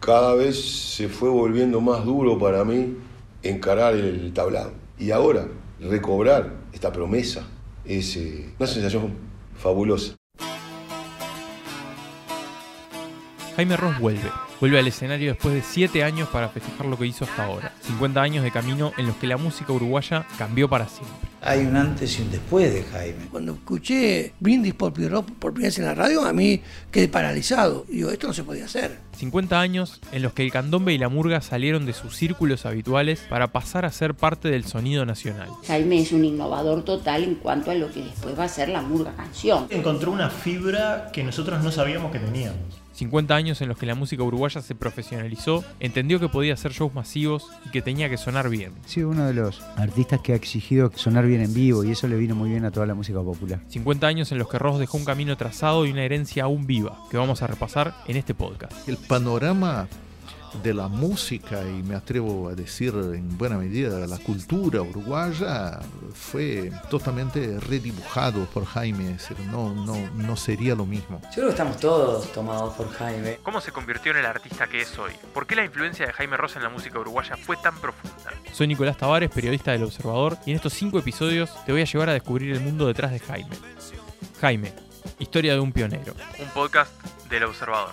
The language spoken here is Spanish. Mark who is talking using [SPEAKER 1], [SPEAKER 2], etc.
[SPEAKER 1] cada vez se fue volviendo más duro para mí encarar el tablado. Y ahora, recobrar esta promesa es eh, una sensación fabulosa.
[SPEAKER 2] Jaime Ross vuelve. Vuelve al escenario después de 7 años para festejar lo que hizo hasta ahora. 50 años de camino en los que la música uruguaya cambió para siempre.
[SPEAKER 3] Hay un antes y un después de Jaime.
[SPEAKER 4] Cuando escuché Brindis por Pirro por primera vez en la radio, a mí quedé paralizado. Digo, esto no se podía hacer.
[SPEAKER 2] 50 años en los que el candombe y la murga salieron de sus círculos habituales para pasar a ser parte del sonido nacional.
[SPEAKER 5] Jaime es un innovador total en cuanto a lo que después va a ser la murga canción.
[SPEAKER 6] Encontró una fibra que nosotros no sabíamos que teníamos.
[SPEAKER 2] 50 años en los que la música uruguaya se profesionalizó, entendió que podía hacer shows masivos y que tenía que sonar bien.
[SPEAKER 7] Ha sido uno de los artistas que ha exigido sonar bien en vivo y eso le vino muy bien a toda la música popular.
[SPEAKER 2] 50 años en los que Ross dejó un camino trazado y una herencia aún viva, que vamos a repasar en este podcast.
[SPEAKER 8] El panorama de la música y me atrevo a decir en buena medida de la cultura uruguaya fue totalmente redibujado por Jaime, no, no, no sería lo mismo.
[SPEAKER 9] Yo creo que estamos todos tomados por Jaime.
[SPEAKER 2] ¿Cómo se convirtió en el artista que es hoy? ¿Por qué la influencia de Jaime Ross en la música uruguaya fue tan profunda? Soy Nicolás Tavares, periodista del Observador, y en estos cinco episodios te voy a llevar a descubrir el mundo detrás de Jaime. Jaime, historia de un pionero. Un podcast del Observador.